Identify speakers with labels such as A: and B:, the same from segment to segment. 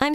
A: I'm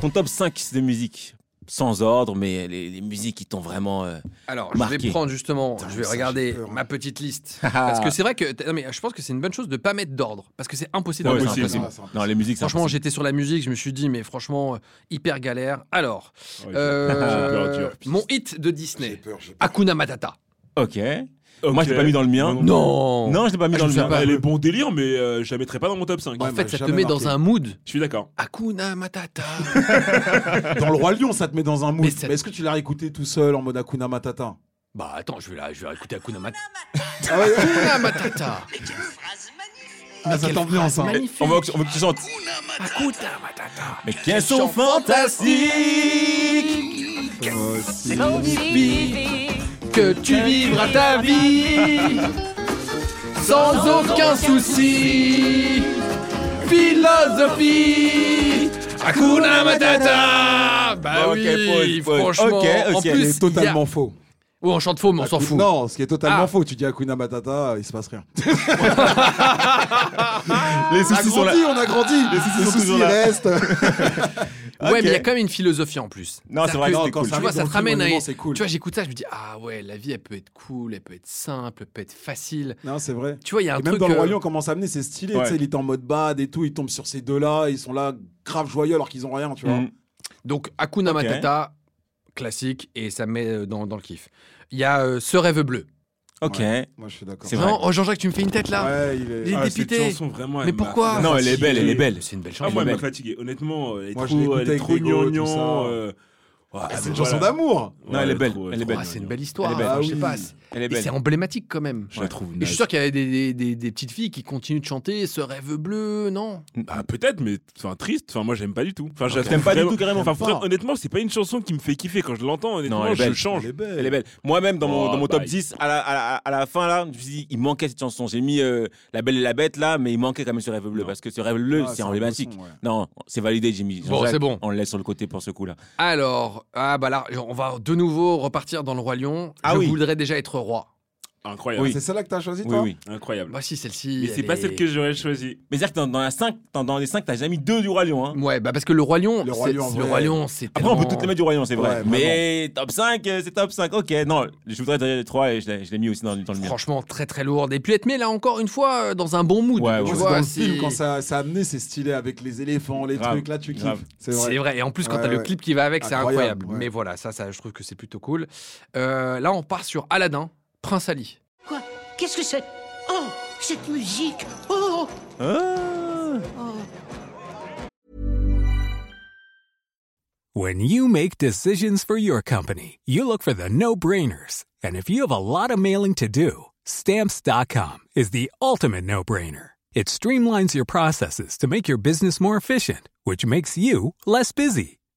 B: Ton top 5 de musique, sans ordre, mais les, les musiques qui t'ont vraiment. euh,
C: Alors, je
B: Marqué.
C: vais prendre justement,
B: Putain,
C: je vais
B: ça,
C: regarder
B: j'ai peur.
C: ma petite liste. parce que c'est vrai que, non, mais je pense que c'est une bonne chose de pas mettre d'ordre, parce que c'est impossible.
B: Ah Ouais,
C: de
B: c'est
C: mettre
B: impossible.
C: d'ordre.
B: Non, les musiques, c'est
C: Franchement,
B: impossible.
C: j'étais sur la musique, je me suis dit, mais franchement, euh, hyper galère. Alors,
D: Ouais, j'ai-
C: euh,
D: j'ai peur, tu vois. Puis-
C: mon hit de
D: J'ai
C: Disney,
D: peur, j'ai peur.
C: Hakuna Matata.
B: Ok. Moi, je l'ai pas mis dans le mien.
D: Moi non
C: Non.
B: Non, je l'ai pas mis
C: Ah,
B: dans
C: je
B: le
C: sais
B: mien.
C: pas.
D: Elle est bon délire, mais euh, je la mettrais pas dans mon top 5.
C: En
E: Ouais,
C: fait,
E: m'a
C: ça te
E: jamais
C: met dans
E: marqué.
C: un mood.
D: Je suis d'accord.
C: Hakuna Matata.
E: Dans le Roi Lion, ça te met dans un mood.
C: Mais
E: Mais,
C: c'est-
E: est-ce que tu l'as réécouté tout seul en mode Akuna Matata
C: bah attends, je vais là, je vais écouter Hakuna Matata.
E: Ah ouais, ouais.
C: Hakuna Matata.
E: Ah, ça t'ambiance. Hein.
C: Magnifique.
B: On veut, que- on veut que tu chantes.
C: Hakuna Matata.
B: Mais qu'elles sont fantastiques
E: Aussi.
C: que tu vivras ta vie sans aucun souci. Philosophie, Hakuna Matata. Bah
B: Ok,
C: oui,
B: pause, pause.
C: franchement.
B: Ok,
E: Eh,
C: en
B: ok, elle
C: plus,
E: C'est totalement
C: il y
E: faux.
C: a- Ouais, on chante faux, mais on s'en fout.
E: Non, ce qui est totalement
C: Ah.
E: faux. Tu dis Akuna Matata, il se passe rien.
B: Les
E: On a
B: soucis sont là.
E: grandi, on a grandi.
B: Les soucis
E: Les
B: sont
E: soucis
B: toujours là.
E: restent.
C: Ah, Ouais, mais il y a
B: Ok.
C: quand même une philosophie en plus.
B: Non, c'est
C: C'est-à-dire
B: vrai
C: que-
B: que
E: non,
B: c'était
E: quand
B: cool.
E: ça
C: Tu
D: Mmh.
C: vois,
E: arrive
C: ça
E: dans
C: te
E: le
C: ramène à.
E: monument, c'est cool.
C: Tu vois, j'écoute ça, je me dis, ah ouais, la vie, elle peut être cool, elle peut être simple, elle peut être facile.
E: Non, c'est vrai.
C: Tu vois, il y a un
E: Et
C: truc.
E: même dans le
C: euh,
E: Roi Lion, comment ça amener, c'est stylé.
B: Ouais.
E: Tu sais, il est en mode bad et tout. Il tombe sur ces deux-là. Ils sont là, grave joyeux alors qu'ils ont rien, tu vois.
B: Mm.
C: Donc Hakuna
B: Ok.
C: Matata, classique, et ça me met euh, dans, dans le kiff. Il y a euh, Ce rêve bleu.
B: Ok.
E: Moi, je suis d'accord.
B: C'est vrai.
C: Non, oh Jean-Jacques, tu me fais une tête là
E: Ouais, il est.
C: Il est
D: Ah, cette
C: dépité.
D: chanson, vraiment, elle
C: Mais
D: m'a-
C: pourquoi
D: m'a
B: Non, elle est
D: fatigué.
B: belle, elle est belle.
C: C'est une belle
D: Ah,
C: chanson.
D: moi, elle
B: Elle est
D: m'a
B: belle.
D: fatigué. Honnêtement, euh, elle est
E: Moi, je l'ai
D: trop, elle
E: écoutée
D: est
E: avec
D: trop
E: des gros, tout
D: gnognon,
E: ça.
D: euh, ouais,
E: Ah, c'est
D: voilà.
E: une chanson d'amour.
D: Ouais,
B: Non, elle est belle,
D: trop-
B: elle est
D: trop
B: belle.
C: Ah,
D: gnognon.
C: c'est une belle histoire.
B: Elle est belle.
C: Enfin, je sais
E: Ah
C: pas.
E: oui.
C: c'est-
B: Elle est
C: et
B: belle.
C: C'est emblématique quand même.
B: Je la trouve
C: Et je suis sûr qu'il y avait des, des- des- des petites filles qui continuent de chanter Ce rêve bleu, non
D: Bah, peut-être, mais enfin, triste. Enfin, moi, j'aime pas du tout. Enfin, je la
B: Ok.
D: trouve
B: T'aimes pas du
D: vraiment-
B: tout, carrément.
D: Enfin,
E: T'aimes pas.
D: fr- honnêtement, c'est pas une chanson qui me fait kiffer quand je l'entends.
B: Non, elle
D: Honnêtement,
B: est
D: je
B: belle.
D: change.
E: Elle est belle.
B: Elle est belle. Moi-même, dans mon,
D: Oh,
B: dans mon top
D: bye.
B: 10, à la, à, la, à la fin, là, je me suis dit, il manquait cette chanson. J'ai mis euh, La Belle et la Bête, là, mais il manquait quand même ce rêve bleu,
D: Non.
B: parce que ce rêve bleu,
E: Ah,
B: c'est
E: un
B: emblématique.
E: bon son, ouais.
B: Non, c'est validé, Jimmy.
C: Bon,
B: Jean-Jacques,
C: c'est bon.
B: On le laisse sur le côté pour ce coup-là.
C: Alors, ah bah là, on va de nouveau repartir dans le Roi Lion.
B: Ah
C: je
B: oui.
C: voudrais déjà être roi.
D: Incroyable.
B: Oui.
E: C'est celle-là que t'as choisi,
B: Oui,
E: toi
B: oui.
D: Incroyable.
C: Voici celle-ci.
D: Mais
C: elle
D: c'est pas
C: est-
D: celle que j'aurais choisie.
B: Mais c'est-à-dire que dans, dans la 5, dans, dans les 5, t'as jamais mis deux du Roi Lion. Hein.
C: Ouais, bah parce que le Roi Lion,
E: Le Roi
C: c'est-
E: Lion, en
C: le
E: vrai.
C: Roi Lion, c'est.
B: Après, Ah on peut
C: tellement-
B: toutes les mettre du Roi Lion, c'est vrai.
E: Ouais,
B: mais top 5, euh, c'est top 5. Ok, non, je voudrais être 3 et je l'ai- je l'ai mis aussi dans, dans le mien.
C: Franchement, très très lourde. Et puis elle te met là encore une fois euh, dans un bon mood.
B: Ouais, ouais.
C: tu
E: Moi, c'est
C: vois,
E: dans le
C: c'est-
E: film, quand ça, ça a amené, c'est stylé avec les éléphants, les
B: Grave,
E: trucs, là tu kiffes.
B: grave.
E: C'est vrai.
C: C'est vrai. Et en plus, quand
E: euh, Ouais,
C: t'as le
E: ouais.
C: clip qui va avec, c'est
E: Incroyable,
C: incroyable.
E: ouais.
C: Mais voilà, ça, ça, je trouve que c'est plutôt cool. Euh, là, on part sur Aladdin, Prince Ali.
F: Quoi Qu'est-ce que c'est Oh, cette musique Oh
B: Ah.
G: When you make decisions for your company, you look for the no brainers. And if you have a lot of mailing to do, stamps.com is the ultimate no brainer. It streamlines your processes to make your business more efficient, which makes you less busy.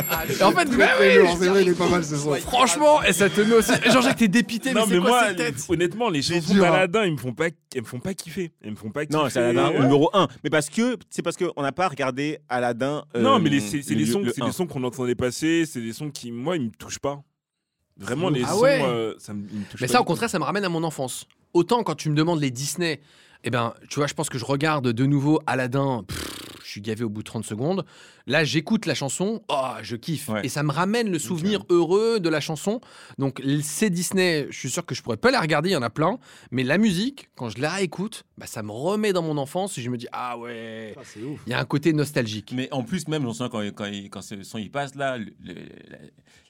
C: Et en fait,
E: Très,
C: bah
E: très
C: oui,
E: lourd, c'est vrai, il est pas mal ce son.
C: Franchement, et ça te met aussi. Jean-Jacques, t'es dépité,
D: Non,
C: mais
D: mais
C: c'est quoi
D: moi,
C: cette tête
D: honnêtement, les chansons
E: dur, hein.
D: d'Aladin, ils me font pas, elles me font pas kiffer. Elles me font pas kiffer.
B: Non, c'est Aladdin
D: Ouais.
B: numéro 1. Mais parce que c'est parce qu'on n'a pas regardé Aladdin. euh,
D: Non, mais les- c'est c'est
B: le-
D: les sons,
B: le
D: c'est les
B: 1.
D: sons qu'on entendait passer, c'est des sons qui, moi, ils me touchent pas. Vraiment, les
C: Ah
D: sons,
C: ouais.
D: euh, ça me, ils me touchent
C: Mais
D: pas
C: ça,
D: du
C: au contraire, ça me ramène à mon enfance. Autant quand tu me demandes les Disney, eh ben, tu vois, je pense que je regarde de nouveau Aladdin. pff, je suis gavé au bout de 30 secondes. Là, j'écoute la chanson, oh, je kiffe.
B: Ouais.
C: Et ça me ramène le souvenir heureux de la chanson. Donc, l- ces Disney, je suis sûr que je pourrais pas la regarder, il y en a plein. Mais la musique, quand je la réécoute, bah, ça me remet dans mon enfance et je me dis, ah ouais,
E: Ah, c'est ouf.
C: il y a un côté nostalgique.
B: Mais en plus, même, j'en souviens quand, quand, il- quand ce son il passe là, le- le- la-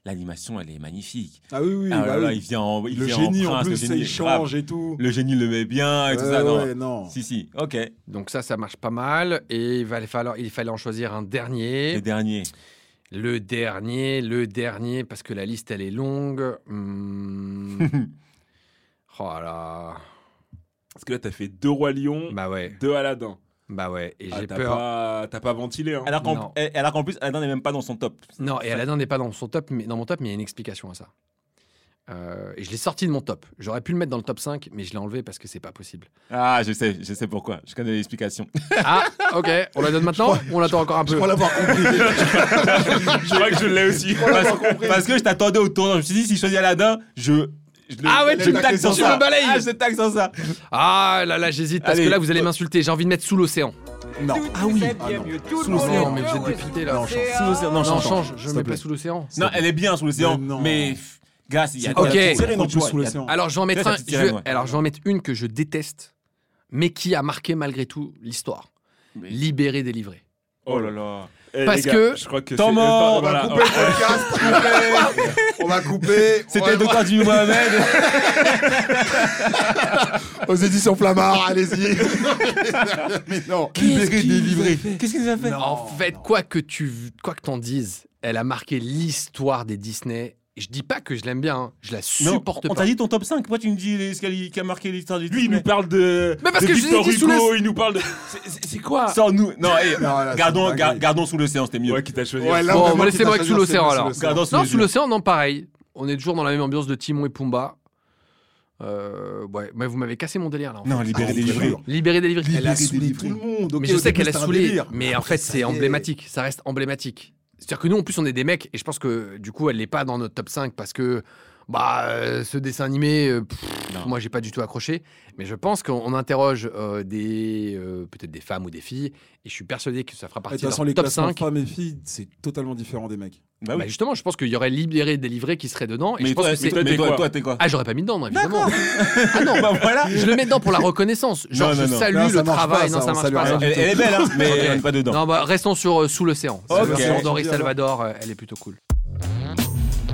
B: l'animation elle est magnifique.
E: Ah oui, oui,
B: Ah
E: bah
B: là, là,
E: oui.
B: il vient en. Il
E: le
B: vient
E: génie
B: en,
E: en
B: prince,
E: plus,
B: le
E: ça
B: génie
E: il
B: est grave.
E: change et tout.
B: Le génie le met bien et tout ça.
E: Ouais,
B: non.
E: ouais, non.
B: Si, si, ok.
C: Donc, ça, ça marche pas mal. Et il, va falloir, il fallait en choisir un dernier.
B: Le dernier.
C: Le dernier, le dernier, parce que la liste elle est longue. Hmm. oh là.
D: tout. Parce que là, t'as fait deux Rois Lions,
C: Bah ouais,
D: deux Aladdin.
C: bah ouais. Et
D: Ah,
C: j'ai
D: t'as
C: peur.
D: pas, t'as pas ventilé. Hein.
B: Alors
C: Non.
B: qu'en eh, alors qu'en plus, Aladdin n'est même pas dans son top.
C: Non, et Aladdin n'est pas dans son top, mais dans mon top, mais il y a une explication à ça. Euh, et je l'ai sorti de mon top. J'aurais pu le mettre dans le top 5, mais je l'ai enlevé parce que c'est pas possible.
B: Ah, je sais, je sais pourquoi. Je connais l'explication.
C: Ah, ok, on la donne maintenant ou on l'attend encore un
E: Je
C: peu
E: crois l'avoir compris.
D: je crois que je l'ai aussi.
B: Parce,
E: l'avoir compris.
B: parce que je t'attendais au tournant. Je me suis dit, si je choisis Aladdin, je. je le-
C: Ah ouais,
B: je
C: tu
B: le
E: me-
B: taxe sans
E: tu
B: ça.
E: me
C: balayes.
B: Ah, je le taxe sans ça.
C: Ah là là, j'hésite parce
B: Allez.
C: que là vous allez m'insulter. J'ai envie de mettre sous l'océan.
E: non.
B: Ah oui.
C: Sous l'océan, mais vous êtes dépité là.
E: Non, change.
B: Sous l'océan. Non,
C: Non,
B: change, change.
C: change, je ne mets pas sous l'océan.
B: Non, elle est bien sous l'océan.
E: Mais non.
B: Mais, pff, gars, il y a.
C: Ok.
B: il y a-
E: Serré non
B: tu
E: plus
B: vois,
E: sous
B: il y a-
E: l'océan.
C: Alors je vais en mettre
B: Ça,
C: un.
B: c'est
C: je-
B: Irène, ouais.
C: Alors je vais en mettre une que je déteste, mais qui a marqué malgré tout l'histoire.
B: Mais-
C: Libéré, délivré.
B: Oh là là.
D: Eh,
C: Parce
D: les gars,
C: que-
D: Je crois que
B: Thomas,
D: c'est-
B: on va
D: voilà.
E: couper le podcast, coupez. On va couper. On va-
B: C'était Docteur du Mohamed.
E: Aux éditions Flammard, allez-y. Mais non. Libéré, délivré.
B: Qu'est-ce qu'il nous a fait
C: en fait, quoi que tu, quoi que t'en dises, elle a marqué l'histoire des Disney. Et Je dis pas que je l'aime bien, hein. je la
B: Non,
C: supporte
B: on
C: pas.
B: t'a dit ton top 5. Pourquoi tu me dis les- ce qui a- qui a marqué l'histoire du
D: Lui, il
B: Disney
D: nous parle de.
C: Mais parce
D: de
C: que je vous ai
D: Victor
C: dit sous
D: Hugo,
C: le-
D: il nous parle de. C'est- c'est- C'est quoi
B: Sans nous. Non, hey,
E: Non, là, c'est
B: gardons,
E: dingue.
B: gar- gardons sous l'océan, c'était mieux.
D: Ouais, qui t'a choisi.
E: Ouais, là,
C: Bon,
E: vraiment,
C: bah, laissez-moi
E: qui
C: avec
E: t'a
C: Sous l'océan,
E: choisi,
C: alors.
E: c'est
B: Gardons sous
C: Non, sous
B: l'océan.
C: l'océan, non, pareil. On est toujours dans la même ambiance de Timon et Pumba. Euh, ouais, mais vous m'avez cassé mon délire là. en
B: Non,
C: fait.
B: libéré
E: Ah,
B: des
E: délivré.
C: Libéré, délivré.
E: Elle a
C: sous-
E: saoulé tout le monde. ok,
C: Mais
E: au
C: je sais
E: début,
C: qu'elle a
E: c'était un
C: saoulé.
E: délire.
C: Mais en
E: Après,
C: fait,
E: ça y
C: c'est
E: est.
C: emblématique. Ça reste emblématique. C'est-à-dire que nous, en plus, on est des mecs. Et je pense que du coup, elle n'est pas dans notre top 5 parce que bah, euh, ce dessin animé, euh, pff,
B: Non.
C: moi, j'ai pas du tout accroché. Mais je pense qu'on interroge euh, des euh, peut-être des femmes ou des filles. Et je suis persuadé que ça fera
E: De
C: partie
E: toute
C: de
E: façon,
C: leur
E: les
C: top
E: classements Ah
C: 5.
E: femmes et filles, c'est totalement différent des mecs.
B: Bah
C: Bah,
B: oui.
C: justement, je pense qu'il y aurait libéré, délivré qui serait dedans. Et je
B: Mais
C: pense
B: toi,
C: que c'est.
B: mais toi,
D: t'es
B: mais toi-
D: quoi
B: toi, t'es quoi
C: Ah, j'aurais pas mis dedans, non, évidemment. ah non,
B: Bah voilà.
C: je le mets dedans pour la reconnaissance. Genre,
B: Non, non,
C: je
B: non.
C: salue
E: Non, ça
C: le
E: marche
C: travail.
E: pas,
C: non,
E: ça,
C: ça
E: on
C: marche
E: salue
C: pas. Ah,
E: rien
C: ça.
E: du
B: Elle, elle est belle, hein, mais elle n'est pas dedans.
C: Non, bah, restons sur euh, Sous l'océan.
B: Ok.
C: La version d'Henri
E: Sous l'océan.
C: Salvador, euh, elle est plutôt cool.